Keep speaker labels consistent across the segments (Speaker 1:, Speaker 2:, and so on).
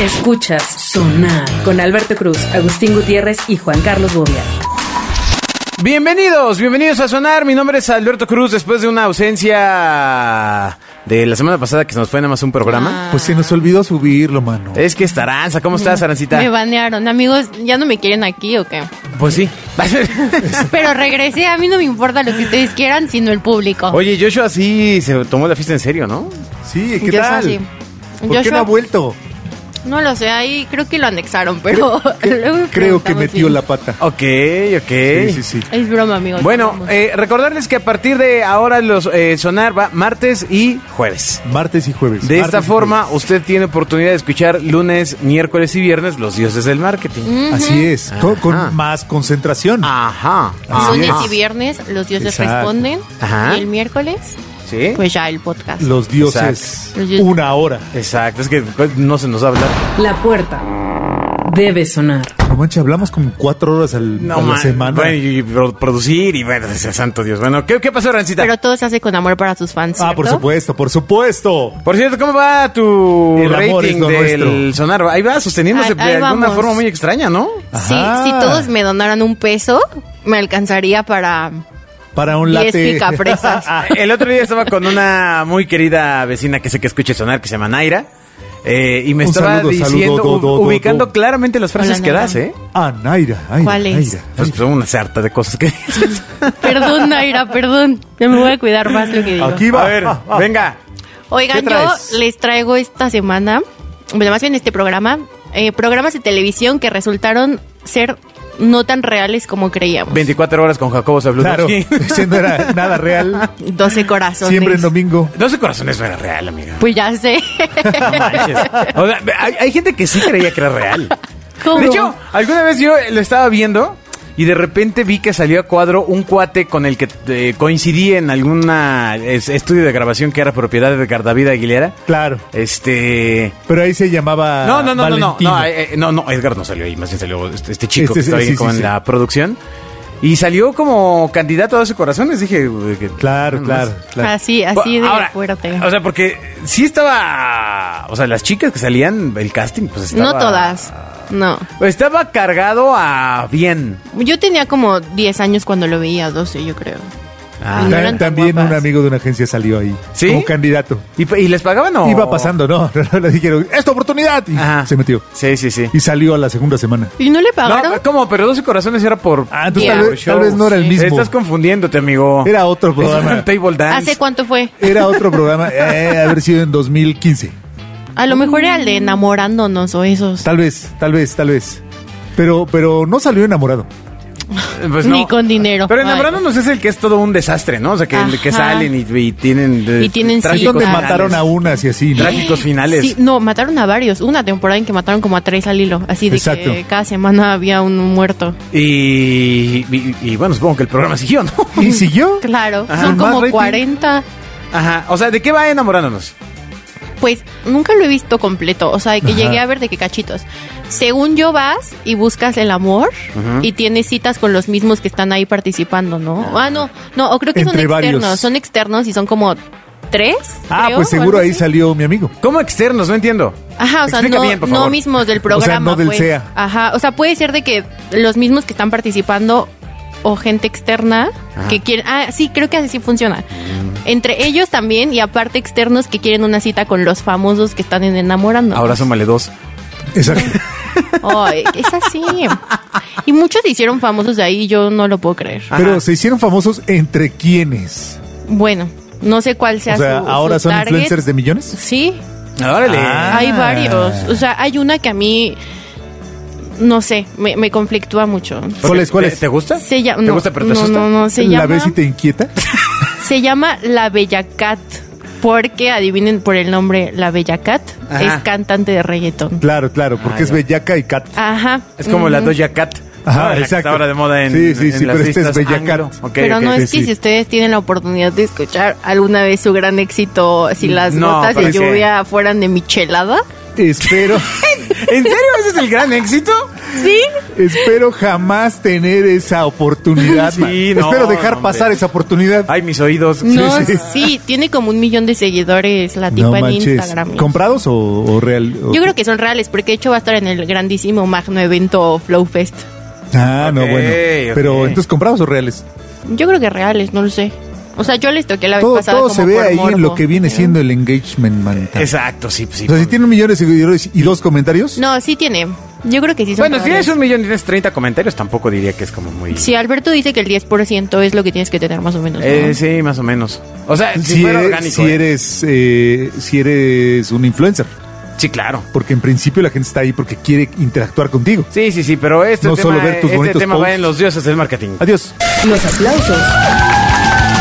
Speaker 1: Escuchas Sonar con Alberto Cruz, Agustín Gutiérrez y Juan Carlos Bobia.
Speaker 2: Bienvenidos, bienvenidos a Sonar. Mi nombre es Alberto Cruz. Después de una ausencia de la semana pasada que se nos fue nada más un programa.
Speaker 3: Pues se nos olvidó subirlo, mano.
Speaker 2: Es que está Aranza. ¿Cómo estás, Arancita?
Speaker 4: Ah. Me banearon. Amigos, ¿ya no me quieren aquí o qué?
Speaker 2: Pues sí.
Speaker 4: Pero regresé. A mí no me importa lo que ustedes quieran, sino el público.
Speaker 2: Oye, Joshua sí se tomó la fiesta en serio, ¿no?
Speaker 3: Sí, ¿qué
Speaker 4: Yo soy
Speaker 3: tal?
Speaker 4: así.
Speaker 3: ¿Por
Speaker 4: Yo
Speaker 3: qué no
Speaker 4: soy-
Speaker 3: ha vuelto?
Speaker 4: No lo sé, ahí creo que lo anexaron, pero luego
Speaker 3: Creo que
Speaker 4: preguntamos
Speaker 3: metió
Speaker 4: si-
Speaker 3: la pata.
Speaker 2: Ok, ok.
Speaker 3: Sí, sí, sí.
Speaker 4: Es broma, amigos.
Speaker 2: Bueno,
Speaker 4: vamos.
Speaker 2: eh, recordarles que a partir de ahora los eh, Sonar va martes y jueves.
Speaker 3: Martes y jueves.
Speaker 2: De
Speaker 3: martes
Speaker 2: esta
Speaker 3: y
Speaker 2: forma,
Speaker 3: jueves.
Speaker 2: usted tiene oportunidad de escuchar lunes, miércoles y viernes los dioses del
Speaker 4: Mm.
Speaker 2: marketing.
Speaker 3: Así es, con, con
Speaker 2: Ajá.
Speaker 3: más concentración.
Speaker 2: Ah. Ajá.
Speaker 3: Así
Speaker 4: lunes
Speaker 2: ajá.
Speaker 4: y viernes los dioses
Speaker 3: ah, Exacto.
Speaker 4: responden.
Speaker 2: Ajá.
Speaker 4: Y el miércoles,
Speaker 2: Sí.
Speaker 4: pues ya el podcast.
Speaker 3: Los dioses,
Speaker 4: Los dioses.
Speaker 3: una hora.
Speaker 2: Exacto, es que pues, no se nos habla.
Speaker 1: La puerta debe sonar.
Speaker 3: No manches, hablamos como cuatro horas al, a la
Speaker 2: man.
Speaker 3: semana.
Speaker 2: Bueno, y, y pro- producir y bueno, ese santo Dios. Bueno, ¿qué, qué pasó, Rancita?
Speaker 4: Pero todo se hace con amor para sus fans.
Speaker 3: ah, por
Speaker 4: ¿cierto?
Speaker 3: supuesto, por supuesto.
Speaker 2: Por cierto, ¿cómo va tu
Speaker 3: El amor es
Speaker 2: rating
Speaker 3: lo
Speaker 2: del
Speaker 3: nuestro.
Speaker 2: sonar? Ahí va sosteniéndose
Speaker 4: Ahí- ahí
Speaker 2: de alguna
Speaker 4: vamos.
Speaker 2: forma muy extraña, ¿no?
Speaker 4: Sí,
Speaker 3: Ajá.
Speaker 4: si todos me donaran un peso, me alcanzaría para
Speaker 3: Para un
Speaker 4: 10
Speaker 3: latte. Ah,
Speaker 4: picapresas.
Speaker 2: El otro día estaba con una muy querida vecina que sé que escucha sonar, que se llama Naira. eh, y me
Speaker 3: Un
Speaker 2: estaba
Speaker 3: saludo, saludo,
Speaker 2: diciendo,
Speaker 3: do, do,
Speaker 2: u-
Speaker 3: do,
Speaker 2: ubicando
Speaker 3: do.
Speaker 2: claramente las frases
Speaker 4: Hola,
Speaker 2: que
Speaker 4: Naira.
Speaker 2: das, ¿eh?
Speaker 3: Ah, Naira, Naira.
Speaker 4: ¿Cuál es?
Speaker 3: Naira.
Speaker 2: Pues son una sarta de cosas que dices.
Speaker 4: Perdón, Naira, perdón. Ya me voy a cuidar más lo que digo.
Speaker 3: Aquí va.
Speaker 2: A ver,
Speaker 3: va, va.
Speaker 2: venga.
Speaker 4: Oigan,
Speaker 2: ¿Qué
Speaker 4: yo
Speaker 2: traes?
Speaker 4: les traigo esta semana, bueno, más bien este programa, eh, programas de televisión que resultaron ser no tan reales como creíamos.
Speaker 2: 24 horas con Jacobo
Speaker 3: Claro,
Speaker 2: Zabludowski.
Speaker 3: ese no era nada real.
Speaker 4: 12 corazones.
Speaker 3: Siempre en domingo.
Speaker 2: 12 corazones no era real, amiga.
Speaker 4: Pues ya sé.
Speaker 2: No manches. O sea, hay, hay gente que sí creía que era real.
Speaker 4: ¿Cómo?
Speaker 2: De hecho, alguna vez yo lo estaba viendo y de repente vi que salió a cuadro un cuate con el que eh, coincidí en algún estudio de grabación que era propiedad de Gardavid Aguilera.
Speaker 3: Claro.
Speaker 2: Este.
Speaker 3: Pero ahí se llamaba.
Speaker 2: No, no, no, no, no,
Speaker 3: Ah, Valentino.
Speaker 2: no, eh, eh, no, no, Edgar no salió ahí, más bien salió este, este chico
Speaker 3: Este,
Speaker 2: que estaba ahí
Speaker 3: sí, sí,
Speaker 2: con
Speaker 3: sí.
Speaker 2: la producción. Y salió como candidato a 12 corazones, dije. güey, que-
Speaker 3: Claro,
Speaker 2: nada más.
Speaker 3: claro, claro.
Speaker 4: Así, así de
Speaker 2: Ahora,
Speaker 4: fuerte.
Speaker 2: O sea, porque sí estaba. O sea, las chicas que salían el casting, pues estaba.
Speaker 4: No todas. No.
Speaker 2: Estaba cargado a bien.
Speaker 4: Yo tenía como 10 años cuando lo veía, 12 yo creo.
Speaker 2: Ah.
Speaker 4: no
Speaker 3: Ta-
Speaker 4: eran tan
Speaker 3: también un
Speaker 4: guapas.
Speaker 3: amigo de una agencia salió ahí.
Speaker 2: ¿Sí?
Speaker 3: Como candidato.
Speaker 2: ¿Y, y les pagaban o.?
Speaker 3: Iba pasando, ¿no? Le dijeron, ¡esta oportunidad! Y
Speaker 2: Ajá.
Speaker 3: se metió.
Speaker 2: Sí, sí, sí.
Speaker 3: Y salió a la segunda semana.
Speaker 4: ¿Y no le pagaron?
Speaker 2: No, ¿Cómo? Pero 12 corazones era por.
Speaker 3: Ah, entonces
Speaker 4: Yeah.
Speaker 3: tal, vez, tal vez no era el
Speaker 4: Sí.
Speaker 3: mismo.
Speaker 2: Estás confundiéndote, amigo.
Speaker 3: Era otro programa.
Speaker 2: Es un table dance.
Speaker 4: ¿Hace cuánto fue?
Speaker 3: Era otro programa, eh, haber sido en 2015.
Speaker 4: A lo mejor era el
Speaker 2: Mm.
Speaker 4: de enamorándonos o esos.
Speaker 3: Tal vez, tal vez, tal vez. Pero, pero no salió enamorado.
Speaker 2: Pues
Speaker 4: Ni con dinero.
Speaker 2: Pero
Speaker 4: Ay,
Speaker 2: enamorándonos es el que es todo un desastre, ¿no? O sea, que,
Speaker 4: Ajá.
Speaker 2: que salen y, y tienen. eh,
Speaker 4: Y tienen
Speaker 3: Es
Speaker 4: Sí,
Speaker 2: trágicos
Speaker 3: donde
Speaker 4: claro.
Speaker 2: finales.
Speaker 3: mataron a unas y así. ¿no?
Speaker 2: Trágicos finales.
Speaker 4: Sí, no, mataron a varios. Una temporada en que mataron como a tres al hilo. Así de
Speaker 3: Exacto.
Speaker 4: que cada semana había un muerto.
Speaker 2: Y, y- y, bueno, supongo que el programa siguió, ¿no?
Speaker 3: ¿Y siguió?
Speaker 4: Claro,
Speaker 3: Ajá.
Speaker 4: son
Speaker 3: Más
Speaker 4: como
Speaker 3: rating.
Speaker 4: 40.
Speaker 2: Ajá. O sea, ¿de qué va enamorándonos?
Speaker 4: Pues nunca lo he visto completo. O sea, de que
Speaker 3: Ajá.
Speaker 4: llegué a ver de que cachitos. Según yo vas y buscas el amor y tienes citas con los mismos que están ahí participando, ¿no? Ah, no, no, o creo que
Speaker 3: Entre
Speaker 4: son externos.
Speaker 3: varios.
Speaker 4: Son externos y son como tres.
Speaker 3: Ah,
Speaker 4: creo,
Speaker 3: pues
Speaker 4: o
Speaker 3: seguro
Speaker 4: algo
Speaker 3: ahí
Speaker 4: así.
Speaker 3: salió mi amigo.
Speaker 2: ¿Cómo externos? No entiendo.
Speaker 4: Ajá, o sea,
Speaker 2: Explica
Speaker 4: no,
Speaker 2: bien, por
Speaker 4: no
Speaker 2: favor.
Speaker 4: mismos del
Speaker 3: sea,
Speaker 4: programa.
Speaker 3: no del
Speaker 4: pues.
Speaker 3: SEA.
Speaker 4: Ajá, o sea, puede ser de que los mismos que están participando o gente externa
Speaker 2: Ajá.
Speaker 4: que quieren. Ah, sí, creo que así funciona.
Speaker 3: Mm.
Speaker 4: Entre ellos también y aparte externos que quieren una cita con los famosos que están en enamorando.
Speaker 2: Ahora súmale dos.
Speaker 3: Exacto.
Speaker 4: Ay, es así. Y muchos se hicieron famosos de ahí y yo no lo puedo creer.
Speaker 2: Ajá.
Speaker 3: Pero se hicieron famosos entre quiénes.
Speaker 4: Bueno, no sé cuál sea
Speaker 3: o sea,
Speaker 4: su-
Speaker 3: ahora
Speaker 4: su
Speaker 3: son
Speaker 4: target.
Speaker 3: influencers de millones.
Speaker 4: Sí,
Speaker 2: Órale.
Speaker 3: Ah.
Speaker 4: Hay varios. O sea, hay una que a mí, no sé, me, me conflictúa mucho.
Speaker 2: Ok,
Speaker 3: ¿Cuál es, cuál
Speaker 2: ¿te-
Speaker 3: es?
Speaker 2: ¿Te gusta?
Speaker 4: Se llama,
Speaker 2: ¿Te
Speaker 4: no,
Speaker 2: gusta, pero te
Speaker 4: no,
Speaker 2: asusta?
Speaker 4: no, no, se
Speaker 3: ¿La
Speaker 4: llama,
Speaker 3: ves y te inquieta?
Speaker 4: se llama La Bella Cat. Porque, adivinen por el nombre, La Bella Cat
Speaker 2: Ajá.
Speaker 4: es cantante de reggaetón.
Speaker 3: Claro, claro, porque
Speaker 2: Ah,
Speaker 3: es
Speaker 2: ya.
Speaker 3: bellaca y cat.
Speaker 4: Ajá.
Speaker 2: Es como
Speaker 4: Mm.
Speaker 2: la Doja Cat.
Speaker 3: Ajá,
Speaker 2: Ah, la que
Speaker 3: exacto.
Speaker 2: está ahora de moda en.
Speaker 3: Sí, sí,
Speaker 2: en
Speaker 3: sí,
Speaker 2: las
Speaker 3: pero este es
Speaker 2: listas
Speaker 3: Bella Cat.
Speaker 2: anglo. Ok,
Speaker 4: pero
Speaker 2: ok.
Speaker 4: no es
Speaker 3: sí,
Speaker 4: que
Speaker 3: sí.
Speaker 4: si ustedes tienen la oportunidad de escuchar alguna vez su gran éxito, si las
Speaker 2: No,
Speaker 4: notas
Speaker 2: pero
Speaker 4: de
Speaker 2: es que-
Speaker 4: lluvia fueran de michelada,
Speaker 3: Espero.
Speaker 2: ¿En serio ese es el gran éxito?
Speaker 4: Sí.
Speaker 3: Espero jamás tener esa oportunidad.
Speaker 2: Sí,
Speaker 3: man.
Speaker 2: no,
Speaker 3: Espero dejar
Speaker 2: hombre.
Speaker 3: pasar esa oportunidad.
Speaker 2: Ay, mis oídos.
Speaker 4: No,
Speaker 3: sí.
Speaker 4: sí, tiene como un millón de seguidores la
Speaker 3: No
Speaker 4: tipa en
Speaker 3: manches.
Speaker 4: Instagram.
Speaker 3: ¿Comprados o, o real? o-
Speaker 4: Yo creo que son reales, porque de hecho va a estar en el grandísimo magno evento Flow Fest.
Speaker 3: Ah, no,
Speaker 2: Ok,
Speaker 3: bueno.
Speaker 2: ok.
Speaker 3: Pero entonces, ¿comprados o reales?
Speaker 4: Yo creo que reales, no lo sé. O sea, yo les toqué la vez
Speaker 3: Todo,
Speaker 4: pasada.
Speaker 3: todo
Speaker 4: como
Speaker 3: se ve
Speaker 4: por
Speaker 3: ahí
Speaker 4: morbo.
Speaker 3: en lo que viene siendo el engagement, man.
Speaker 2: Exacto, sí, pues sí.
Speaker 3: O sea, si tiene millones de seguidores y dos comentarios,
Speaker 4: No, sí tiene. Yo creo que sí son
Speaker 2: Bueno, si
Speaker 4: reales.
Speaker 2: tienes un millón y tienes 30 comentarios, tampoco diría que es como muy...
Speaker 4: Si Alberto dice que el 10% es lo que tienes que tener más o menos. ¿no?
Speaker 2: Eh, sí, más o menos. O sea, si,
Speaker 3: si,
Speaker 2: fuera
Speaker 3: eres,
Speaker 2: orgánico.
Speaker 3: si
Speaker 2: ¿eh?
Speaker 3: eres, eh, si eres un influencer.
Speaker 2: Sí, claro.
Speaker 3: Porque en principio la gente está ahí porque quiere interactuar contigo.
Speaker 2: Sí, sí, sí, pero este
Speaker 3: No
Speaker 2: tema,
Speaker 3: solo ver tus
Speaker 2: este
Speaker 3: bonitos
Speaker 2: tema va
Speaker 3: posts.
Speaker 2: en los dioses del marketing.
Speaker 3: Adiós.
Speaker 1: Los aplausos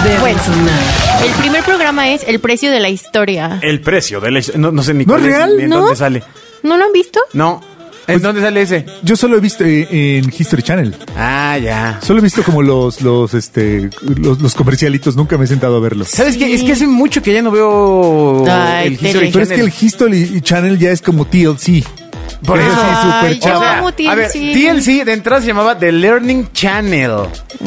Speaker 1: deben
Speaker 4: Bueno.
Speaker 1: sonar.
Speaker 4: El primer programa es El precio de la historia.
Speaker 2: El precio de la... No, no sé ni
Speaker 3: ¿No Pues
Speaker 2: cuál
Speaker 3: es real?
Speaker 2: ni en
Speaker 4: ¿No?
Speaker 2: dónde sale.
Speaker 4: ¿No lo han visto?
Speaker 2: No. ¿En dónde sale ese?
Speaker 3: Yo solo he visto eh, en History Channel.
Speaker 2: Ah, ya.
Speaker 3: Solo he visto como los, los, este, los, los comercialitos. Nunca me he sentado a verlos.
Speaker 2: ¿Sabes
Speaker 4: Sí.
Speaker 2: qué? Es que hace mucho que ya no veo
Speaker 4: Ay,
Speaker 2: el
Speaker 4: tele.
Speaker 2: History
Speaker 3: Pero es que el
Speaker 2: Channel.
Speaker 3: History Channel ya es como TLC.
Speaker 2: Por
Speaker 3: Eso
Speaker 2: eso.
Speaker 3: sí,
Speaker 4: Ay,
Speaker 3: súper
Speaker 4: yo
Speaker 2: O
Speaker 3: chavo.
Speaker 2: sea,
Speaker 4: amo TLC.
Speaker 2: A ver, TLC de entrada se llamaba The Learning Channel.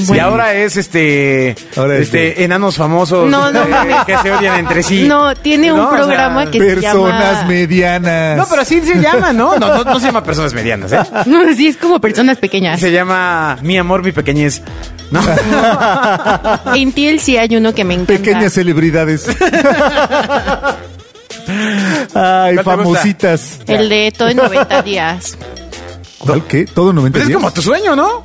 Speaker 2: Y ahora es este.
Speaker 3: Ahora es
Speaker 2: este enanos famosos
Speaker 4: No, no
Speaker 2: eh,
Speaker 4: mames.
Speaker 2: que se odian entre sí.
Speaker 4: No, tiene un
Speaker 2: No, o sea,
Speaker 4: programa que
Speaker 3: Personas
Speaker 4: se
Speaker 3: medianas.
Speaker 2: No, pero así se llama, ¿no? No, no, no se llama personas medianas, ¿eh?
Speaker 4: llama... No, sí, es como personas pequeñas.
Speaker 2: Se llama Mi amor, mi pequeñez. No.
Speaker 4: En TLC hay uno que me encanta.
Speaker 3: Pequeñas celebridades. Ay,
Speaker 2: gusta?
Speaker 3: famositas.
Speaker 4: El de todo en 90 días.
Speaker 3: ¿Cuál qué? Todo 90
Speaker 2: Pero Pues es
Speaker 3: días?
Speaker 2: como tu sueño, ¿no?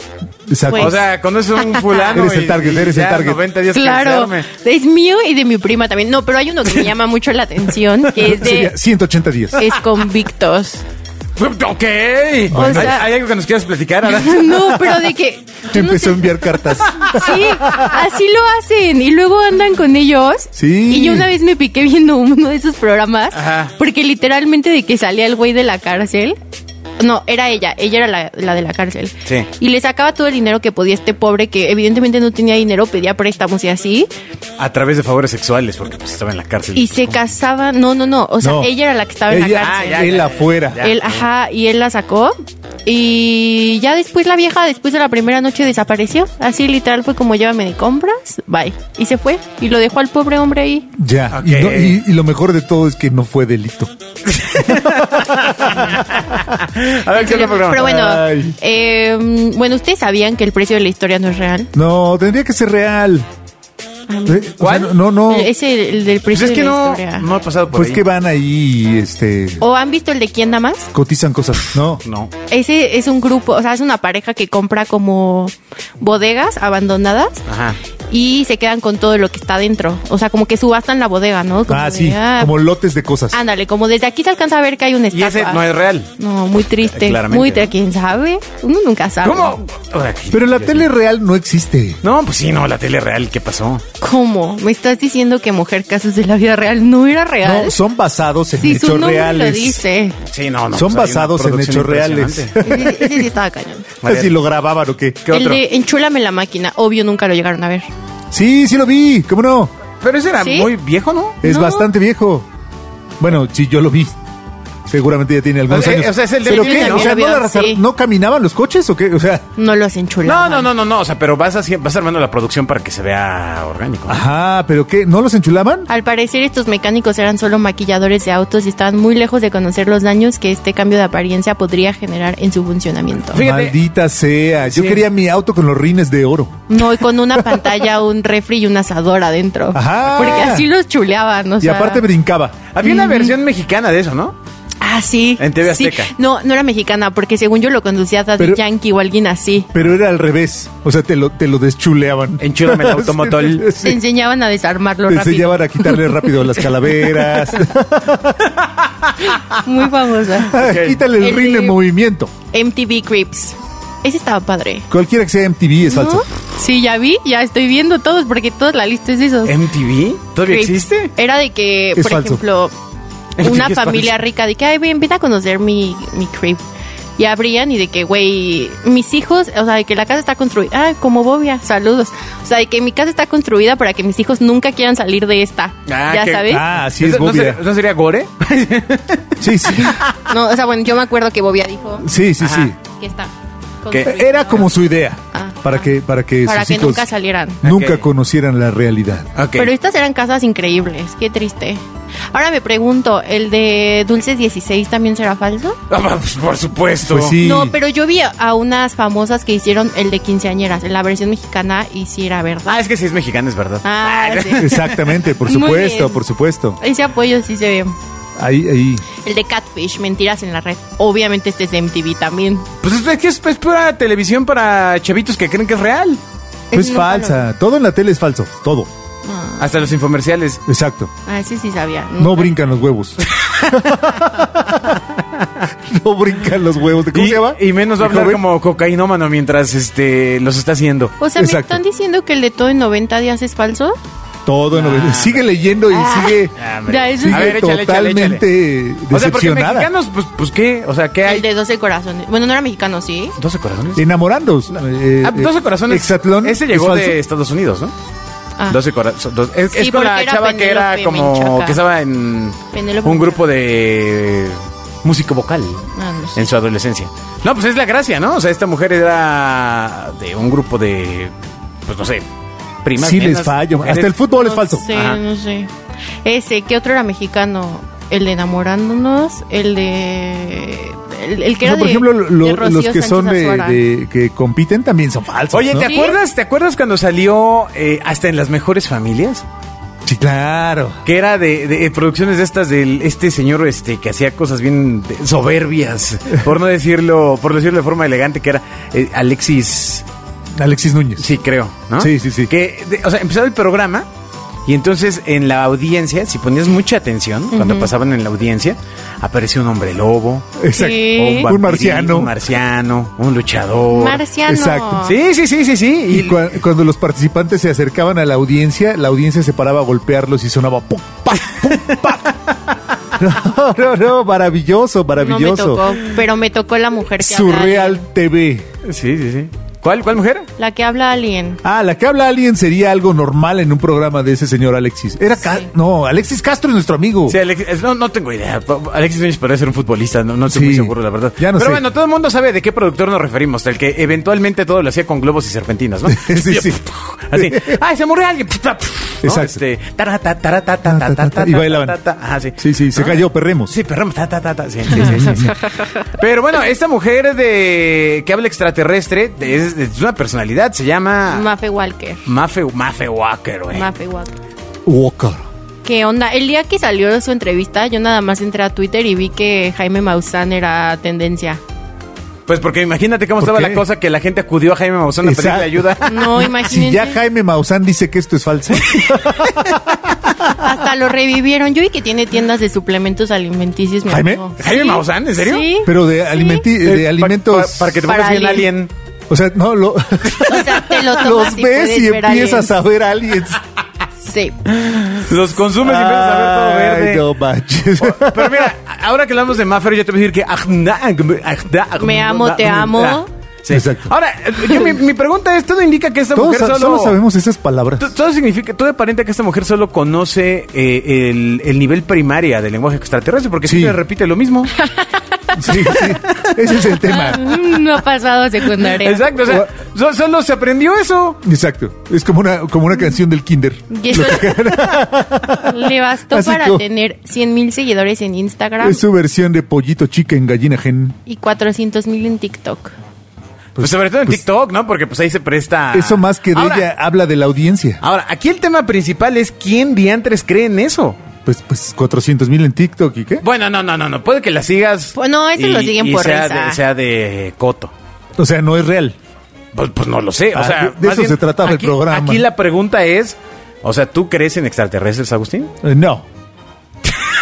Speaker 3: Exacto.
Speaker 4: Pues.
Speaker 2: O sea, cuando es un fulano.
Speaker 3: Eres el
Speaker 2: y-
Speaker 3: target,
Speaker 2: y
Speaker 3: eres el
Speaker 2: ya
Speaker 3: target.
Speaker 2: 90 días
Speaker 4: Claro,
Speaker 2: crecerme.
Speaker 4: es mío y de mi prima también. No, pero hay uno que me llama mucho la atención, que es de
Speaker 3: Sería 180 días.
Speaker 4: es convictos.
Speaker 2: Pues, Ok.
Speaker 4: O
Speaker 2: ¿Hay,
Speaker 4: sea-
Speaker 2: hay algo que nos quieras platicar ahora?
Speaker 4: No, pero de que
Speaker 3: Empezó a enviar cartas.
Speaker 4: sí, así lo hacen y luego andan con ellos.
Speaker 3: Sí.
Speaker 4: Y yo una vez me piqué viendo uno de esos programas,
Speaker 2: Ajá.
Speaker 4: porque literalmente de que salía el güey de la cárcel. No, era ella, ella era la, la de la cárcel.
Speaker 2: Sí.
Speaker 4: Y le sacaba todo el dinero que podía este pobre que evidentemente no tenía dinero, pedía préstamos y así.
Speaker 2: A través de favores sexuales, porque pues, estaba en la cárcel.
Speaker 4: Y se casaba, no, no, no, o sea,
Speaker 3: No.
Speaker 4: ella era la que estaba en la
Speaker 3: Ella-
Speaker 4: cárcel. Ah,
Speaker 2: ya,
Speaker 3: él
Speaker 2: ya,
Speaker 3: afuera.
Speaker 2: ya.
Speaker 4: Él, ajá, y él la sacó. Y ya después la vieja, después de la primera noche, desapareció. Así literal fue como llévame de compras, bye. Y se fue. Y lo dejó al pobre hombre ahí.
Speaker 3: Ya.
Speaker 2: Ok.
Speaker 3: Y, no- y- y lo mejor de todo es que no fue delito.
Speaker 2: A ver, ¿qué otro programa?
Speaker 4: Pero bueno,
Speaker 3: Ay.
Speaker 4: eh, bueno, ¿ustedes sabían que el precio de la historia no es real?
Speaker 3: No, tendría que ser real. Eh, o
Speaker 2: ¿Cuál?
Speaker 3: sea, no, no.
Speaker 4: Es el, el del
Speaker 2: pues
Speaker 4: precio
Speaker 2: es que
Speaker 4: de la
Speaker 2: no,
Speaker 4: historia.
Speaker 2: no ha pasado por
Speaker 3: Pues
Speaker 2: ahí.
Speaker 3: que van ahí, este,
Speaker 4: ¿O han visto el de quién da más?
Speaker 3: cotizan cosas. No.
Speaker 2: No.
Speaker 4: Ese es un grupo, o sea, es una pareja que compra como bodegas abandonadas
Speaker 2: Ajá.
Speaker 4: y se quedan con todo lo que está dentro. O sea, como que subastan la bodega, ¿no? Como
Speaker 3: Ah,
Speaker 4: de,
Speaker 3: sí.
Speaker 4: ah,
Speaker 3: Como lotes de cosas.
Speaker 4: Ándale, como desde aquí se alcanza a ver que hay una
Speaker 2: Y
Speaker 4: estatua.
Speaker 2: ese no es real.
Speaker 4: No, muy triste.
Speaker 2: Claramente,
Speaker 4: muy
Speaker 2: ¿no?
Speaker 4: triste. ¿Quién sabe? Uno nunca sabe.
Speaker 2: ¿Cómo? Ay,
Speaker 3: Pero la
Speaker 2: Dios
Speaker 3: tele
Speaker 2: mío.
Speaker 3: real no existe.
Speaker 2: No, pues sí, no, la tele real, ¿qué pasó?
Speaker 4: ¿Cómo? ¿Me estás diciendo que Mujer Casos de la Vida Real no era real?
Speaker 3: No, son basados en
Speaker 4: si su
Speaker 3: hechos
Speaker 4: nombre
Speaker 3: reales.
Speaker 4: lo dice.
Speaker 2: Sí, no, no. pues hay
Speaker 3: Son
Speaker 2: una
Speaker 3: basados en
Speaker 2: producción
Speaker 3: hechos reales.
Speaker 2: impresionante.
Speaker 4: Ese, ese sí estaba cañón.
Speaker 2: A ver.
Speaker 3: Si lo grababan o qué.
Speaker 2: ¿Qué
Speaker 4: el
Speaker 2: otro?
Speaker 4: de Enchúlame la máquina. Obvio, nunca lo llegaron a ver.
Speaker 3: Sí, sí lo vi. ¿Cómo no?
Speaker 2: Pero ese era
Speaker 4: ¿Sí?
Speaker 2: muy viejo, ¿no?
Speaker 3: Es
Speaker 4: No.
Speaker 3: bastante viejo. Bueno, sí, yo lo vi. Seguramente ya tiene algunos
Speaker 2: O sea,
Speaker 3: años.
Speaker 2: o sea, es el de
Speaker 3: ¿Pero
Speaker 2: mi
Speaker 3: qué?
Speaker 4: vida,
Speaker 3: O sea,
Speaker 4: ¿no?
Speaker 3: ¿no, la raza-
Speaker 4: Sí.
Speaker 3: ¿no caminaban los coches o qué? O sea,
Speaker 4: No los enchulaban.
Speaker 2: No, no, no, no, no. O sea, pero vas, así- vas armando la producción para que se vea orgánico.
Speaker 3: ajá, ¿pero qué? ¿No los enchulaban?
Speaker 4: Al parecer estos mecánicos eran solo maquilladores de autos y estaban muy lejos de conocer los daños que este cambio de apariencia podría generar en su funcionamiento.
Speaker 2: Fíjate.
Speaker 3: Maldita sea. Yo
Speaker 2: Sí.
Speaker 3: quería mi auto con los rines de oro.
Speaker 4: No, y con una pantalla, un refri y un asador adentro.
Speaker 3: Ajá.
Speaker 4: Porque así los chuleaban, o
Speaker 3: y
Speaker 4: sea.
Speaker 3: aparte brincaba.
Speaker 2: Había una versión mexicana de eso, ¿no?
Speaker 4: Ah, sí.
Speaker 2: En TV
Speaker 4: sí.
Speaker 2: Azteca.
Speaker 4: No, no era mexicana, porque según yo lo conducía Daddy
Speaker 3: Pero-
Speaker 4: Yankee o alguien así.
Speaker 3: Pero era al revés. O sea, te lo, te lo deschuleaban.
Speaker 2: Enchúlame el automotol.
Speaker 4: Te
Speaker 3: Sí.
Speaker 4: enseñaban a desarmarlo
Speaker 3: Te
Speaker 4: rápido.
Speaker 3: enseñaban a quitarle rápido las calaveras.
Speaker 4: Muy famosa.
Speaker 3: Quítale el
Speaker 4: El
Speaker 3: rin
Speaker 4: de-
Speaker 3: en movimiento.
Speaker 4: MTV Crips. Ese estaba padre.
Speaker 3: Cualquiera que sea MTV es
Speaker 4: ¿No?
Speaker 3: falso.
Speaker 4: Sí, ya vi, ya estoy viendo todos, porque toda la lista es de esos.
Speaker 2: ¿MTV? ¿Todavía
Speaker 4: Crips.
Speaker 2: existe?
Speaker 4: Era de que,
Speaker 3: Es
Speaker 4: por
Speaker 3: falso.
Speaker 4: ejemplo,
Speaker 2: Es
Speaker 4: una
Speaker 2: que es
Speaker 4: familia
Speaker 2: falso.
Speaker 4: rica de que, ay, ven, ven a conocer mi, mi crib. Y abrían y de que, güey, mis hijos, o sea, de que la casa está construida. Ah, como bobia, saludos. O sea, de que mi casa está construida para que mis hijos nunca quieran salir de esta.
Speaker 2: Ah,
Speaker 4: ya
Speaker 2: qué-
Speaker 4: sabes.
Speaker 3: Ah, sí, es
Speaker 2: ¿No
Speaker 3: bobia.
Speaker 2: sería, ¿No sería gore?
Speaker 3: Sí, sí.
Speaker 4: No, o sea, bueno, yo me acuerdo que Bobia dijo
Speaker 3: Sí, sí,
Speaker 2: Ajá.
Speaker 3: sí.
Speaker 4: que está.
Speaker 2: Que
Speaker 4: construida.
Speaker 3: Era como su idea.
Speaker 4: Ah,
Speaker 3: para
Speaker 4: ah.
Speaker 3: que, para que
Speaker 4: Para
Speaker 3: sus
Speaker 4: que
Speaker 3: hijos
Speaker 4: nunca salieran.
Speaker 3: nunca
Speaker 2: Ok.
Speaker 3: conocieran la realidad.
Speaker 2: Ok.
Speaker 4: Pero estas eran casas increíbles, qué triste. Ahora me pregunto, ¿el de Dulces 16 también será falso?
Speaker 2: Ah, pues, por supuesto.
Speaker 3: Pues sí.
Speaker 4: No, pero yo vi a unas famosas que hicieron el de quinceañeras, en la versión mexicana, y si era verdad.
Speaker 2: Ah, es que si es mexicano, es verdad.
Speaker 4: Ah, sí.
Speaker 3: Exactamente, por
Speaker 4: Muy
Speaker 3: supuesto,
Speaker 4: bien.
Speaker 3: por supuesto.
Speaker 4: Ese apoyo sí se ve.
Speaker 3: Ahí, ahí.
Speaker 4: El de Catfish, Mentiras en la Red. Obviamente este es de MTV también.
Speaker 2: Pues es, es que es, es pura televisión para chavitos que creen que es real.
Speaker 3: Es
Speaker 4: Nunca
Speaker 3: Pues falsa. Todo en la tele es falso. Todo.
Speaker 2: Hasta los infomerciales.
Speaker 3: Exacto.
Speaker 4: Ah, ese sí sabía.
Speaker 3: No brincan los huevos. no brincan los huevos. ¿De ¿Cómo
Speaker 2: y,
Speaker 3: se llama?
Speaker 2: y menos va a
Speaker 3: ¿El
Speaker 2: hablar
Speaker 3: joven?
Speaker 2: como cocainómano mientras este los está haciendo.
Speaker 4: O sea, ¿me
Speaker 3: Exacto.
Speaker 4: están diciendo que el de todo en 90 días es falso?
Speaker 3: Todo en novela. Sigue leyendo y sigue,
Speaker 2: Ah, hombre.
Speaker 4: Ya, eso
Speaker 3: sigue
Speaker 4: es
Speaker 2: A ver, échale, échale, échale.
Speaker 3: totalmente
Speaker 2: O sea, porque
Speaker 3: decepcionada.
Speaker 2: mexicanos, pues, pues qué, o sea, ¿qué
Speaker 4: el
Speaker 2: hay?
Speaker 4: de 12 corazones. Bueno, no era mexicano, ¿sí?
Speaker 2: ¿12 corazones?
Speaker 3: Enamorados. eh,
Speaker 2: Ah, 12 corazones.
Speaker 3: Exatlón.
Speaker 2: Ese
Speaker 3: ¿Es
Speaker 2: llegó
Speaker 3: falso?
Speaker 2: de Estados Unidos, ¿no?
Speaker 4: Ah.
Speaker 2: 12 corazones. Es,
Speaker 4: Sí,
Speaker 2: es con la
Speaker 4: porque era
Speaker 2: chava que era
Speaker 4: Penélope
Speaker 2: como.
Speaker 4: Menchaca.
Speaker 2: que estaba en.
Speaker 4: Penélope
Speaker 2: un grupo de. músico vocal.
Speaker 4: Ah, no sé.
Speaker 2: En su adolescencia. No, pues es la gracia, ¿no? O sea, esta mujer era de un grupo de. pues no sé. Primas.
Speaker 3: Sí les
Speaker 2: nenas,
Speaker 3: fallo.
Speaker 2: mujeres.
Speaker 3: Hasta el fútbol es
Speaker 4: No
Speaker 3: falso.
Speaker 4: sé,
Speaker 2: Ajá.
Speaker 4: no sé. Ese, ¿qué otro era mexicano? El de enamorándonos, el de... El, el que
Speaker 3: O sea,
Speaker 4: era
Speaker 3: por
Speaker 4: de-
Speaker 3: ejemplo, lo-
Speaker 4: de
Speaker 3: los
Speaker 4: Rocío
Speaker 3: que son
Speaker 4: Sánchez
Speaker 3: de,
Speaker 4: Azuara.
Speaker 3: de- que compiten también son falsos.
Speaker 2: Oye,
Speaker 3: ¿no?
Speaker 2: ¿te
Speaker 4: Sí.
Speaker 2: acuerdas? ¿Te acuerdas cuando salió eh, hasta en las mejores familias?
Speaker 3: sí, claro.
Speaker 2: Que era de, de eh, producciones de estas del este señor este que hacía cosas bien de- soberbias, por no decirlo, por decirlo de forma elegante, que era eh, Alexis,
Speaker 3: Alexis Núñez.
Speaker 2: sí creo, ¿no?
Speaker 3: Sí, sí, sí.
Speaker 2: Que, de- o sea, empezaba el programa y entonces en la audiencia, si ponías mucha atención, cuando pasaban en la audiencia, aparecía un hombre lobo,
Speaker 3: Exacto.
Speaker 4: Sí.
Speaker 2: o
Speaker 3: Un
Speaker 2: vampiri-
Speaker 3: marciano.
Speaker 2: un marciano, un luchador.
Speaker 4: Marciano.
Speaker 3: Exacto.
Speaker 2: Sí, sí, sí, sí, sí.
Speaker 3: Y cua- cuando los participantes se acercaban a la audiencia, la audiencia se paraba a golpearlos y sonaba pum, pa, pum, pa. No, no, no, maravilloso,
Speaker 4: No me
Speaker 3: maravilloso.
Speaker 4: tocó, pero me tocó la mujer que habla
Speaker 3: Surreal
Speaker 4: alien.
Speaker 3: TV.
Speaker 2: Sí, sí, sí. ¿Cuál, cuál mujer?
Speaker 4: La que habla alien.
Speaker 3: Ah, la que habla alguien sería algo normal en un programa de ese señor Alexis. Era Ca-
Speaker 4: Sí.
Speaker 3: no, Alexis Castro es nuestro amigo.
Speaker 2: Sí, Alex- es- no, no tengo idea. Pa- Alexis Sánchez podría ser un futbolista, no, no estoy
Speaker 3: Sí.
Speaker 2: muy seguro, la verdad.
Speaker 3: Ya no
Speaker 2: Pero
Speaker 3: sé.
Speaker 2: bueno, todo el mundo sabe de qué productor nos referimos, del que eventualmente todo lo hacía con globos y serpentinas, ¿no?
Speaker 3: Sí, sí.
Speaker 2: Así. ¡Ay, se murió alguien! ¿no?
Speaker 3: Exacto.
Speaker 2: Este, tarata, tarata, ta, ta, ta, ta,
Speaker 3: Y bailaban.
Speaker 2: ta, ta, ta. Ajá, sí.
Speaker 3: Ah. Sí, sí, se
Speaker 2: ¿No?
Speaker 3: cayó, perremos.
Speaker 2: Sí, perramos. ta, ta, ta, ta. Sí, sí, sí, sí, sí. Pero bueno, esta mujer de que habla extraterrestre es, es una personalidad, se
Speaker 3: Ah.
Speaker 2: llama
Speaker 4: Mafe Walker.
Speaker 2: Mafe, Mafe Walker, güey.
Speaker 4: Mafe Walker.
Speaker 3: Walker.
Speaker 4: ¿Qué onda? El día que salió su entrevista, yo nada más entré a Twitter y vi que Jaime Maussan era tendencia.
Speaker 2: Pues porque imagínate cómo
Speaker 3: ¿Por
Speaker 2: estaba
Speaker 3: qué?
Speaker 2: la cosa que la gente acudió a Jaime Maussan a pedirle
Speaker 3: Exacto.
Speaker 2: ayuda.
Speaker 4: No,
Speaker 3: Si
Speaker 4: imagínense.
Speaker 3: ya Jaime Maussan dice que esto es falso.
Speaker 4: Hasta lo revivieron. Yo vi que tiene tiendas de suplementos alimenticios. mi
Speaker 3: ¿Jaime?
Speaker 4: amigo.
Speaker 2: ¿Jaime Maussan? ¿En serio?
Speaker 4: Sí.
Speaker 3: Pero de,
Speaker 4: Sí.
Speaker 3: alimenti-
Speaker 2: Eh,
Speaker 3: de
Speaker 2: pa-
Speaker 3: alimentos.
Speaker 2: pa- para que te
Speaker 4: Para
Speaker 2: pongas bien
Speaker 4: alien.
Speaker 2: alien.
Speaker 3: O sea, no, lo,
Speaker 4: O sea, te lo tomas
Speaker 3: los ves
Speaker 4: puedes
Speaker 3: y
Speaker 4: ver
Speaker 3: empiezas
Speaker 4: aliens.
Speaker 3: a ver aliens.
Speaker 4: Sí.
Speaker 2: Los consumes y empiezas a ver todo
Speaker 3: Ay,
Speaker 2: verde.
Speaker 3: no manches.
Speaker 2: Pero mira, ahora que hablamos de Mafer, yo te voy a decir que... ajna, ajna, ajna,
Speaker 4: Me amo, te amo.
Speaker 2: Ah, sí.
Speaker 3: Exacto.
Speaker 2: Ahora, yo- mi, mi pregunta es, todo indica que esta
Speaker 3: Todos
Speaker 2: mujer
Speaker 3: sa-
Speaker 2: solo...
Speaker 3: solo sabemos esas palabras.
Speaker 2: to- Todo significa, todo aparenta que esta mujer solo conoce eh, el, el nivel primaria del lenguaje extraterrestre, porque
Speaker 3: Sí.
Speaker 2: siempre repite lo mismo.
Speaker 3: Sí, sí. Ese
Speaker 4: Ah.
Speaker 3: es el tema.
Speaker 4: No ha pasado a secundaria.
Speaker 2: Exacto, o sea, so- solo se aprendió eso.
Speaker 3: Exacto. Es como una, como una canción del Kinder.
Speaker 4: Y eso le bastó
Speaker 3: Así
Speaker 4: para
Speaker 3: como-
Speaker 4: tener 100 mil seguidores en Instagram
Speaker 3: Es su versión de pollito chica en gallina gen.
Speaker 4: y 400 mil en TikTok.
Speaker 2: Pues, sobre todo en TikTok, ¿no? Porque pues ahí se presta...
Speaker 3: Eso más que de
Speaker 2: Ahora,
Speaker 3: ella habla de la audiencia.
Speaker 2: Ahora, aquí el tema principal es quién diantres cree en eso.
Speaker 3: Pues, pues 400 mil en TikTok y qué.
Speaker 2: Bueno, no, no, no, no. Puede que la sigas.
Speaker 4: Pues no, esos lo siguen por
Speaker 2: sea
Speaker 4: risa.
Speaker 2: de, sea de coto.
Speaker 3: O sea, no es real.
Speaker 2: Pues, pues no lo sé. O
Speaker 3: Ah,
Speaker 2: sea,
Speaker 3: de- de
Speaker 2: más
Speaker 3: eso se trataba el
Speaker 2: aquí-
Speaker 3: programa.
Speaker 2: Aquí la pregunta es, o sea, ¿tú crees en extraterrestres, Agustín?
Speaker 3: Eh, no.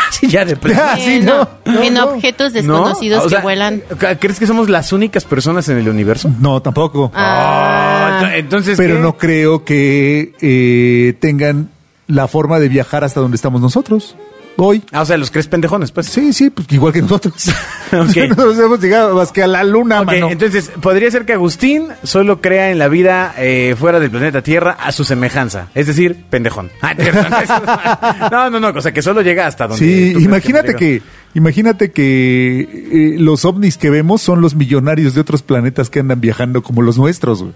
Speaker 2: sí, ya de plano.
Speaker 3: Ah, sí,
Speaker 4: Eh,
Speaker 3: no, no,
Speaker 4: en
Speaker 3: no.
Speaker 4: objetos
Speaker 2: ¿No?
Speaker 4: desconocidos
Speaker 2: O sea,
Speaker 4: que vuelan.
Speaker 2: ¿Crees que somos las únicas personas en el universo?
Speaker 3: No, tampoco.
Speaker 4: Ah.
Speaker 2: Oh, ento- entonces,
Speaker 3: Pero
Speaker 2: ¿qué?
Speaker 3: no creo que eh, tengan la forma de viajar hasta donde estamos nosotros. Hoy.
Speaker 2: Ah, o sea, los crees pendejones, pues.
Speaker 3: Sí, sí, pues igual que nosotros.
Speaker 2: Ok.
Speaker 3: Nosotros hemos llegado más que a la luna,
Speaker 2: Ok,
Speaker 3: mano.
Speaker 2: entonces, podría ser que Agustín solo crea en la vida eh, fuera del planeta Tierra a su semejanza. Es decir, pendejón. Ah, no, no, no, o sea, que solo llega hasta donde...
Speaker 3: Sí,
Speaker 2: tú crees
Speaker 3: imagínate
Speaker 2: te llega.
Speaker 3: que, Imagínate que eh, los ovnis que vemos son los millonarios de otros planetas que andan viajando como los nuestros. güey.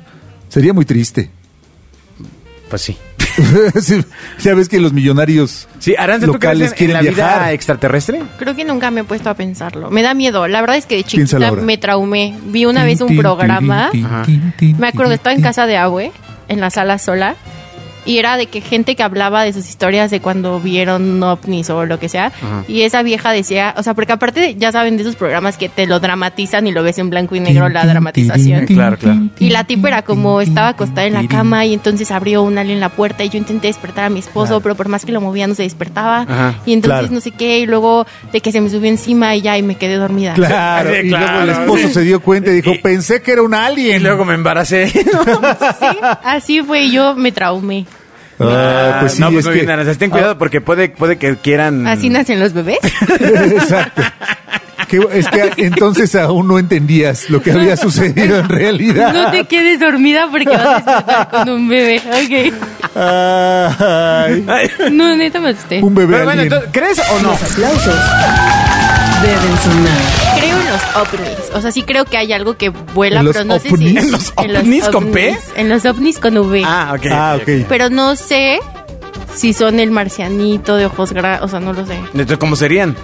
Speaker 3: Sería muy triste.
Speaker 2: Pues sí.
Speaker 3: Sí, ya ves que los millonarios
Speaker 2: Sí, Aranza, ¿tú crees
Speaker 3: locales
Speaker 2: en- en,
Speaker 3: quieren
Speaker 2: la
Speaker 3: viajar.
Speaker 2: vida extraterrestre?
Speaker 4: Creo que nunca me he puesto a pensarlo. Me da miedo. La verdad es que de
Speaker 3: Piénsalo
Speaker 4: chiquita
Speaker 3: ahora.
Speaker 4: me traumé. Vi una vez un programa. Me acuerdo, estaba en casa de Abue, en la sala sola, y era de que gente que hablaba de sus historias de cuando vieron ovnis o lo que sea, y esa vieja decía, o sea, porque aparte, de- ya saben, de esos programas que te lo dramatizan y lo ves en blanco y negro la dramatización.
Speaker 2: Claro, claro.
Speaker 4: Y la tipa era como estaba acostada en la cama y entonces abrió un alien la puerta y yo intenté despertar a mi esposo, pero por más que lo movía no se despertaba.
Speaker 2: Ajá.
Speaker 4: y entonces
Speaker 3: Claro.
Speaker 4: no sé qué, y luego de que se me subió encima y ya, y me quedé dormida.
Speaker 3: Claro,
Speaker 2: Sí,
Speaker 3: y luego el
Speaker 2: claro,
Speaker 3: esposo
Speaker 2: sí.
Speaker 3: se dio cuenta y dijo,
Speaker 2: Y-
Speaker 3: pensé que era un
Speaker 2: Y
Speaker 3: alien.
Speaker 2: luego me embaracé.
Speaker 4: Sí, así fue, y yo me traumé.
Speaker 3: Ah, pues sí,
Speaker 2: no,
Speaker 3: es
Speaker 2: muy
Speaker 3: que- Ah.
Speaker 2: bien, Aranza, ten cuidado porque puede, puede que
Speaker 3: Mm.
Speaker 2: quieran...
Speaker 4: Así nacen los bebés.
Speaker 3: Exacto. Que- es que entonces aún no entendías lo que había sucedido en realidad.
Speaker 4: No te quedes dormida porque vas a despertar con un bebé. Ok.
Speaker 3: Ay,
Speaker 2: Ay.
Speaker 4: No, neta me asusté.
Speaker 3: un bebé
Speaker 2: Pero bueno,
Speaker 3: alien.
Speaker 2: entonces, ¿crees o no?
Speaker 1: Los aplausos deben sonar.
Speaker 4: Creo en los ovnis. O sea, sí creo que hay algo que vuela,
Speaker 3: ¿En los
Speaker 4: pero no sé si.
Speaker 3: ovnis? ¿En
Speaker 2: los ovnis con P?
Speaker 4: En los ovnis con V.
Speaker 2: Ah, ok.
Speaker 3: Ah, ok.
Speaker 4: Pero no sé si son el marcianito de ojos grandes. O sea, no lo sé.
Speaker 2: Entonces, ¿cómo serían?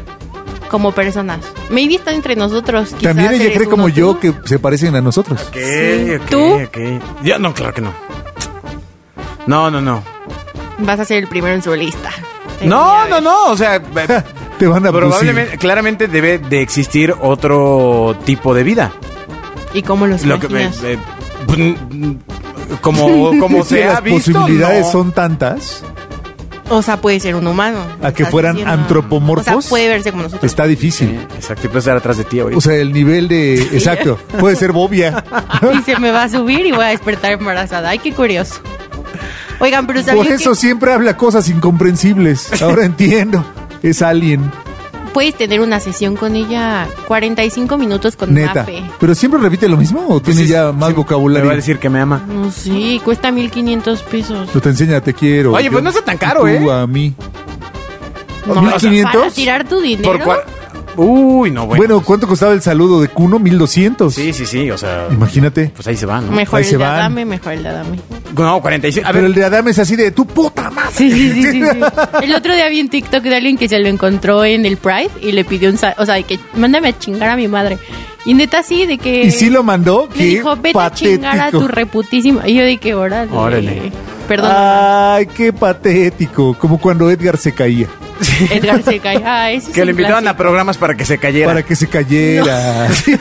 Speaker 4: Como personas. Maybe están entre nosotros. quizás
Speaker 3: También ella
Speaker 4: eres
Speaker 3: cree
Speaker 4: uno
Speaker 3: como
Speaker 4: tú.
Speaker 3: yo que se parecen a nosotros.
Speaker 2: Ok,
Speaker 4: Sí.
Speaker 2: ok,
Speaker 4: ¿Tú?
Speaker 2: ok. Yo no, claro que no. No, no, no.
Speaker 4: Vas a ser el primero en su lista.
Speaker 2: No,
Speaker 3: ¿eh?
Speaker 2: no, no. O sea, eh,
Speaker 3: Te van a abducir.
Speaker 2: probablemente, claramente debe de existir otro tipo de vida.
Speaker 4: ¿Y cómo los
Speaker 2: Lo que me-
Speaker 4: imaginas?
Speaker 2: eh, mm, como, como
Speaker 3: Es que
Speaker 2: se ha
Speaker 3: las
Speaker 2: visto.
Speaker 3: posibilidades
Speaker 2: no.
Speaker 3: son tantas
Speaker 4: O sea, puede ser un humano.
Speaker 3: a que
Speaker 4: estás
Speaker 3: fueran
Speaker 4: diciendo.
Speaker 3: antropomorfos.
Speaker 4: O sea, puede verse como nosotros.
Speaker 3: Está
Speaker 2: Sí,
Speaker 3: difícil.
Speaker 2: exacto. Y puede estar atrás de ti ahorita.
Speaker 3: O sea, el nivel de... Exacto. Puede ser bobia.
Speaker 4: y se me va a subir y voy a despertar embarazada. Ay, qué curioso. Oigan, pero
Speaker 3: Por
Speaker 4: ¿sabían
Speaker 3: eso siempre habla cosas incomprensibles. Ahora entiendo. Es alien,
Speaker 4: que puedes tener una sesión con ella 45 minutos con
Speaker 3: neta.
Speaker 4: Mafe?
Speaker 3: Pero siempre repite lo mismo o tiene
Speaker 2: Sí,
Speaker 3: ya
Speaker 2: sí,
Speaker 3: más
Speaker 2: sí,
Speaker 3: vocabulario.
Speaker 2: Me va a decir que me ama.
Speaker 4: No sé, cuesta 1500 pesos.
Speaker 3: Yo te enseña, te quiero.
Speaker 2: Oye,
Speaker 3: Yo-
Speaker 2: pues no está tan caro,
Speaker 3: tú
Speaker 2: ¿eh?
Speaker 3: a mí.
Speaker 4: No,
Speaker 3: ¿mil
Speaker 4: o sea,
Speaker 3: quinientos?
Speaker 4: Para tirar tu dinero.
Speaker 2: Por cua- Uy, no, bueno. pues.
Speaker 3: Bueno, ¿cuánto costaba el saludo de Cuno? 1200.
Speaker 2: Sí, sí, sí. O sea,
Speaker 3: Imagínate.
Speaker 2: pues ahí se va, ¿no?
Speaker 4: Mejor
Speaker 3: Ahí
Speaker 4: el
Speaker 3: se
Speaker 4: de
Speaker 3: van.
Speaker 4: Adame, mejor el de Adame.
Speaker 2: No, 45. A
Speaker 3: Pero el
Speaker 2: ver,
Speaker 3: de Adame es así de tu puta madre.
Speaker 4: Sí, sí, sí, sí, sí. El otro día vi un TikTok de alguien que se lo encontró en el Pride y le pidió un... sa- O sea, de que mándame a chingar a mi madre. Y neta sí, de que...
Speaker 3: Y sí lo mandó.
Speaker 4: Le
Speaker 3: Qué
Speaker 4: dijo, vete a
Speaker 3: patético.
Speaker 4: chingar a tu reputísima. Y yo dije, órale.
Speaker 2: Órale.
Speaker 4: Perdón,
Speaker 3: Ay, qué patético. Como cuando Edgar se caía.
Speaker 4: Edgar se cae. Ah, eso es
Speaker 2: que le
Speaker 4: un
Speaker 2: invitaban a
Speaker 4: clásico.
Speaker 2: programas para que se cayera.
Speaker 3: Para que se cayera. Sí,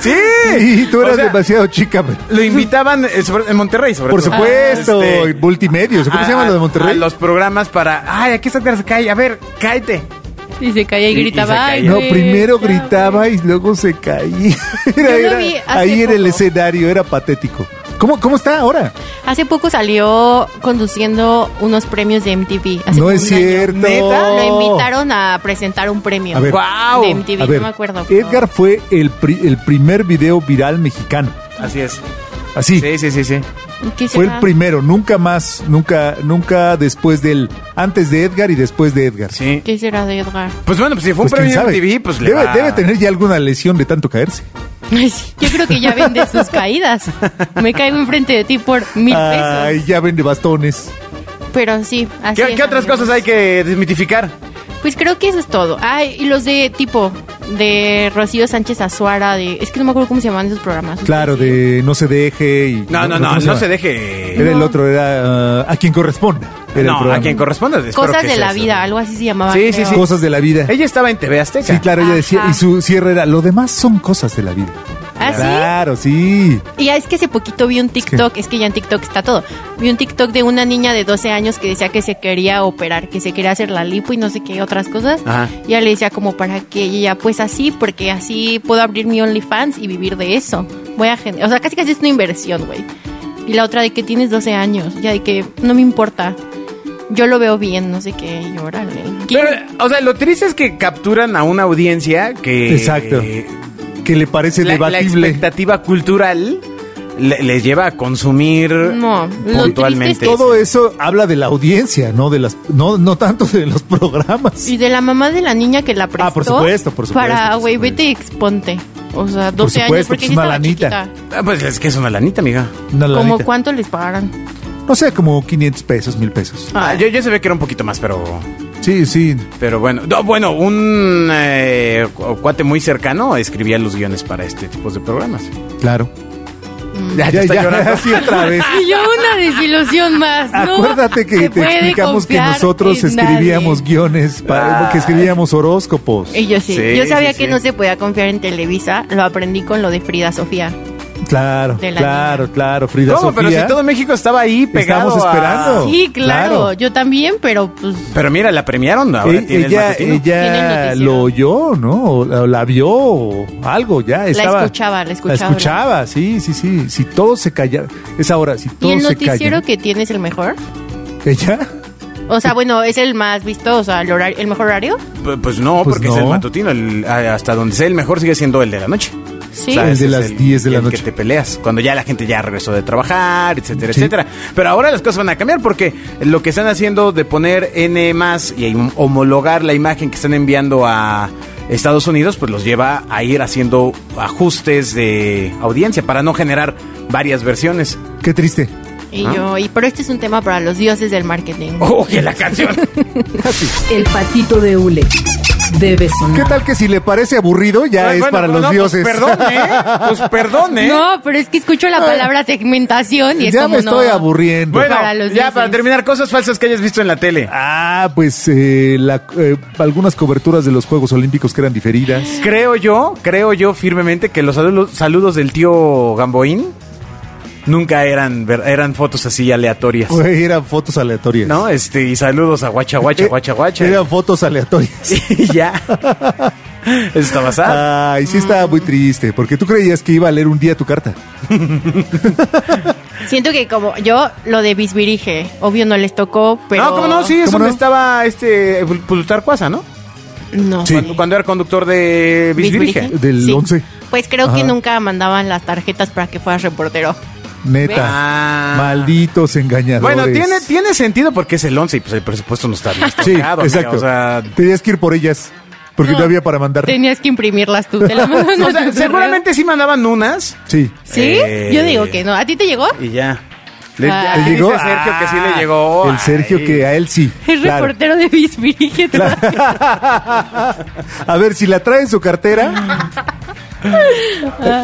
Speaker 2: Sí.
Speaker 3: y tú eras
Speaker 2: O sea,
Speaker 3: demasiado chica. pero-
Speaker 2: Lo invitaban eh, sobre- en Monterrey, sobre
Speaker 3: Por
Speaker 2: todo.
Speaker 3: supuesto.
Speaker 2: Este,
Speaker 3: Multimedios. ¿Cómo
Speaker 2: a-
Speaker 3: se llama lo de Monterrey?
Speaker 2: A los programas para. Ay, aquí está se cae. A ver, cállate.
Speaker 4: Y se caía y
Speaker 2: Y- y se
Speaker 4: gritaba.
Speaker 2: caía.
Speaker 4: "Ay,
Speaker 3: No,
Speaker 4: güey,
Speaker 3: primero
Speaker 4: ya,
Speaker 3: gritaba y luego se caía. Era-
Speaker 4: Yo lo
Speaker 3: era-
Speaker 4: vi hace
Speaker 3: ahí en el
Speaker 4: poco.
Speaker 3: escenario era patético. ¿Cómo, cómo está ahora?
Speaker 4: güey". Hace poco salió conduciendo unos premios de MTV. hace
Speaker 3: no
Speaker 4: como
Speaker 3: es
Speaker 4: un año.
Speaker 3: cierto.
Speaker 2: ¿Neta?
Speaker 4: Lo invitaron a presentar un premio
Speaker 3: A ver.
Speaker 2: ¡Guau!
Speaker 4: de MTV,
Speaker 3: A ver,
Speaker 4: no me acuerdo.
Speaker 3: Edgar fue el, pri- el primer video viral mexicano.
Speaker 2: Así es.
Speaker 3: Así.
Speaker 2: Sí, sí, sí, sí.
Speaker 4: ¿Qué
Speaker 3: Fue el
Speaker 4: será?
Speaker 3: primero, nunca más, nunca, nunca después del, antes de Edgar y después de Edgar.
Speaker 2: Sí.
Speaker 4: ¿Qué será de Edgar?
Speaker 2: Pues bueno, pues si fue un
Speaker 3: Pues quién
Speaker 2: premio en
Speaker 3: sabe.
Speaker 2: TV, pues le
Speaker 3: debe,
Speaker 2: va-
Speaker 3: debe tener ya alguna lesión de tanto caerse.
Speaker 4: Ay, sí, Yo creo que ya vende sus caídas. Me caigo enfrente de ti por mil pesos.
Speaker 3: Ay, ya vende bastones.
Speaker 4: Pero sí, así
Speaker 2: ¿Qué,
Speaker 4: es,
Speaker 2: qué otras
Speaker 4: amigos.
Speaker 2: cosas hay que desmitificar?
Speaker 4: Pues creo que eso es todo. Ay, y los de tipo, de Rocío Sánchez Azuara, de... Es que no me acuerdo cómo se llamaban esos programas.
Speaker 3: Claro, de no se deje y.
Speaker 2: No, no, no,
Speaker 3: ¿cómo
Speaker 2: no,
Speaker 3: se llama?
Speaker 2: se deje.
Speaker 3: Era el otro, era ah, a quien corresponda. Era el
Speaker 2: No, a
Speaker 3: programa.
Speaker 2: quien corresponda. espero
Speaker 4: Cosas
Speaker 2: que
Speaker 4: de
Speaker 2: sea
Speaker 4: la
Speaker 2: eso.
Speaker 4: vida, algo así se llamaba.
Speaker 2: Sí, sí,
Speaker 4: creo.
Speaker 2: sí.
Speaker 3: Cosas de la vida.
Speaker 2: Ella estaba en TV Azteca.
Speaker 3: Sí, claro, ella decía,
Speaker 4: Ajá.
Speaker 3: y su cierre era, lo demás son cosas de la vida.
Speaker 4: ¿Ah, sí?
Speaker 3: Claro, sí.
Speaker 4: Y es que hace poquito vi un TikTok, es que ya en TikTok está todo. Vi un TikTok de una niña de 12 años que decía que se quería operar, que se quería hacer la lipo y no sé qué otras cosas.
Speaker 2: Ajá.
Speaker 4: Y ella le decía como para que ella, pues así, porque así puedo abrir mi OnlyFans y vivir de eso. Voy a gen- o sea, casi casi es una inversión, güey. Y la otra de que tienes 12 años, ya de que no me importa. Yo lo veo bien, no sé qué, y órale.
Speaker 2: Pero,
Speaker 4: ¿Quién-
Speaker 2: o sea, lo triste es que capturan a una audiencia que. eh,
Speaker 3: Exacto. Que le parece
Speaker 2: la, la
Speaker 3: debatible.
Speaker 2: expectativa cultural le- les lleva a consumir
Speaker 4: No, lo
Speaker 2: puntualmente.
Speaker 4: triste es
Speaker 3: Todo eso habla de la audiencia, no de las, no, no tanto de los programas.
Speaker 4: Y de la mamá de la niña que la prestó.
Speaker 3: Ah, por supuesto, por supuesto,
Speaker 4: Para,
Speaker 3: por
Speaker 4: güey,
Speaker 3: supuesto.
Speaker 4: vete y exponte. O sea, 12 años,
Speaker 3: supuesto,
Speaker 4: porque
Speaker 3: pues,
Speaker 4: sí
Speaker 3: una
Speaker 4: estaba
Speaker 3: lanita.
Speaker 4: chiquita.
Speaker 2: Ah, pues es que es una lanita, amiga.
Speaker 3: Una
Speaker 4: ¿Cómo
Speaker 3: lanita.
Speaker 4: cuánto les pagarán?
Speaker 3: No sé, como 500 pesos, 1000 pesos.
Speaker 2: Ah, yo, yo se ve que era un poquito más, pero...
Speaker 3: Sí, sí.
Speaker 2: Pero bueno, no, bueno, un eh, cu- cuate muy cercano escribía los guiones para este tipo de programas.
Speaker 3: Claro. Mm.
Speaker 2: Ya, ya está llorando.
Speaker 3: así otra vez.
Speaker 4: Y yo una desilusión más, ¿no?
Speaker 3: Acuérdate
Speaker 4: Se
Speaker 3: que te
Speaker 4: puede
Speaker 3: explicamos que
Speaker 4: confiar
Speaker 3: nosotros
Speaker 4: en nadie.
Speaker 3: escribíamos guiones, para, que escribíamos horóscopos.
Speaker 4: Y yo sí.
Speaker 2: Sí,
Speaker 4: yo sabía
Speaker 2: sí,
Speaker 4: que
Speaker 2: sí.
Speaker 4: no se podía confiar en Televisa. Lo aprendí con lo de Frida Sofía.
Speaker 3: Claro,
Speaker 4: De la
Speaker 3: claro, claro. Frida
Speaker 2: ¿Cómo? Pero
Speaker 3: Sofía.
Speaker 2: si todo México estaba ahí pegado
Speaker 3: Estamos
Speaker 2: a-
Speaker 3: esperando.
Speaker 4: Sí, claro.
Speaker 3: Oh, claro.
Speaker 4: Yo también, pero pues.
Speaker 2: Pero mira, la premiaron, ahora
Speaker 3: E-
Speaker 2: tiene el
Speaker 3: ella
Speaker 2: matutino.
Speaker 4: Tiene el
Speaker 3: ella
Speaker 4: noticiero.
Speaker 3: lo oyó, ¿no? O la, o la vio o algo, ya estaba.
Speaker 4: escuchaba, la escuchaba,
Speaker 3: La escuchaba, sí, sí, sí. Si todo se calla, es ahora, si todo
Speaker 4: ¿Y el
Speaker 3: se
Speaker 4: noticiero
Speaker 3: calla.
Speaker 4: que tiene es el mejor?
Speaker 3: Ella
Speaker 4: O sea, bueno, es el más visto, o sea, el, horario, el mejor horario.
Speaker 2: P- Pues no,
Speaker 3: Pues
Speaker 2: porque
Speaker 3: no.
Speaker 2: es el matutino. el- a- hasta donde sea el mejor sigue siendo el de la noche.
Speaker 4: Sí.
Speaker 3: El
Speaker 2: ese
Speaker 3: de
Speaker 2: es
Speaker 3: las 10 de la
Speaker 2: el
Speaker 3: noche.
Speaker 2: que te peleas, cuando ya la gente ya regresó de trabajar, etcétera,
Speaker 3: Sí.
Speaker 2: etcétera. Pero ahora las cosas van a cambiar porque lo que están haciendo de poner N más y hom- homologar la imagen que están enviando a Estados Unidos, pues los lleva a ir haciendo ajustes de audiencia para no generar varias versiones.
Speaker 3: Qué triste.
Speaker 4: Y
Speaker 2: Ah.
Speaker 4: yo, y pero este es un tema para los dioses del marketing.
Speaker 2: ¡Oh, que la canción!
Speaker 1: El patito de hule debe
Speaker 3: ¿Qué
Speaker 1: sonar.
Speaker 3: tal que si le parece aburrido ya es
Speaker 2: Bueno,
Speaker 3: para
Speaker 2: pues
Speaker 3: los
Speaker 2: no,
Speaker 3: dioses?
Speaker 2: Pues perdón, ¿eh? Pues perdón, ¿eh?
Speaker 4: No, pero es que escucho la palabra segmentación y es
Speaker 3: ya
Speaker 4: como
Speaker 3: me estoy
Speaker 4: no.
Speaker 3: aburriendo.
Speaker 2: Bueno,
Speaker 4: Para los
Speaker 2: ya
Speaker 4: dioses.
Speaker 2: para terminar, cosas falsas que hayas visto en la tele.
Speaker 3: Ah, pues eh, la- eh, algunas coberturas de los Juegos Olímpicos que eran diferidas.
Speaker 2: Creo yo, creo yo firmemente que los saludos, saludos del tío Gamboín nunca eran ver- eran fotos así aleatorias.
Speaker 3: Güey, eran fotos aleatorias.
Speaker 2: ¿No? Este, y saludos a guacha guacha
Speaker 3: Eh,
Speaker 2: guacha guacha.
Speaker 3: Eran fotos aleatorias.
Speaker 2: Y ya. Eso está basado.
Speaker 3: Ay, Ah, sí estaba muy triste, porque tú creías que iba a leer un día tu carta.
Speaker 4: Siento que como yo lo de Bisbirige, obvio no les tocó, pero
Speaker 2: No, Ah, cómo no, sí, eso
Speaker 3: ¿Cómo no?
Speaker 2: estaba este Pul- Plutarco Asa, ¿no?
Speaker 4: No.
Speaker 3: Sí.
Speaker 2: Cuando, cuando era conductor de Visvirge.
Speaker 4: Bisbirige.
Speaker 3: Del 11.
Speaker 4: Pues creo
Speaker 3: Ajá.
Speaker 4: que nunca mandaban las tarjetas para que fueras reportero.
Speaker 3: Neta.
Speaker 2: Ah.
Speaker 3: Malditos engañadores.
Speaker 2: Bueno, tiene, tiene sentido porque es el 11 y pues el presupuesto no está bien
Speaker 3: Sí,
Speaker 2: estancado, amiga,
Speaker 3: exacto.
Speaker 2: O sea,
Speaker 3: Tenías que ir por ellas, porque no,
Speaker 4: No.
Speaker 3: había para mandar.
Speaker 4: Tenías que imprimirlas tú, te las mandaban a
Speaker 2: o
Speaker 4: tu
Speaker 2: sea,
Speaker 4: correo.
Speaker 2: seguramente sí mandaban unas,
Speaker 3: Sí.
Speaker 4: ¿Sí?
Speaker 2: Eh.
Speaker 4: Yo digo que no. ¿A ti te llegó?
Speaker 2: Y ya. Le,
Speaker 4: Ah.
Speaker 2: aquí
Speaker 3: ¿Le llegó?
Speaker 2: dice Sergio que sí le
Speaker 3: Ah,
Speaker 2: llegó.
Speaker 3: El Sergio
Speaker 2: Ay.
Speaker 3: que a él sí.
Speaker 4: Es
Speaker 3: claro.
Speaker 4: reportero de Bisbirige.
Speaker 3: A ver, si la trae en su cartera.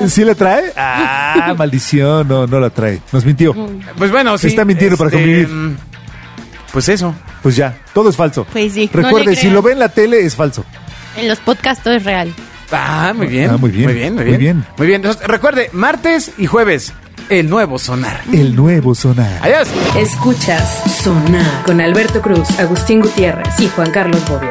Speaker 3: ¿Sí la trae? Ah, maldición. No, no la trae. Nos mintió.
Speaker 4: Mm.
Speaker 2: Pues bueno, sí.
Speaker 3: Está mintiendo para convivir.
Speaker 2: mm, Pues eso.
Speaker 3: Pues ya, todo es falso.
Speaker 4: Pues sí, no
Speaker 3: Recuerde,
Speaker 4: le
Speaker 3: si
Speaker 4: crean.
Speaker 3: lo ve en la tele, es falso.
Speaker 4: En los podcasts todo es real.
Speaker 2: Ah, muy bien.
Speaker 3: Ah, muy bien,
Speaker 2: Muy bien, muy
Speaker 3: muy
Speaker 2: bien.
Speaker 3: bien.
Speaker 2: Muy bien. Entonces, recuerde, martes y jueves, el nuevo sonar.
Speaker 3: El nuevo sonar.
Speaker 2: Adiós.
Speaker 1: Escuchas Sonar con Alberto Cruz, Agustín Gutiérrez y Juan Carlos Bobia.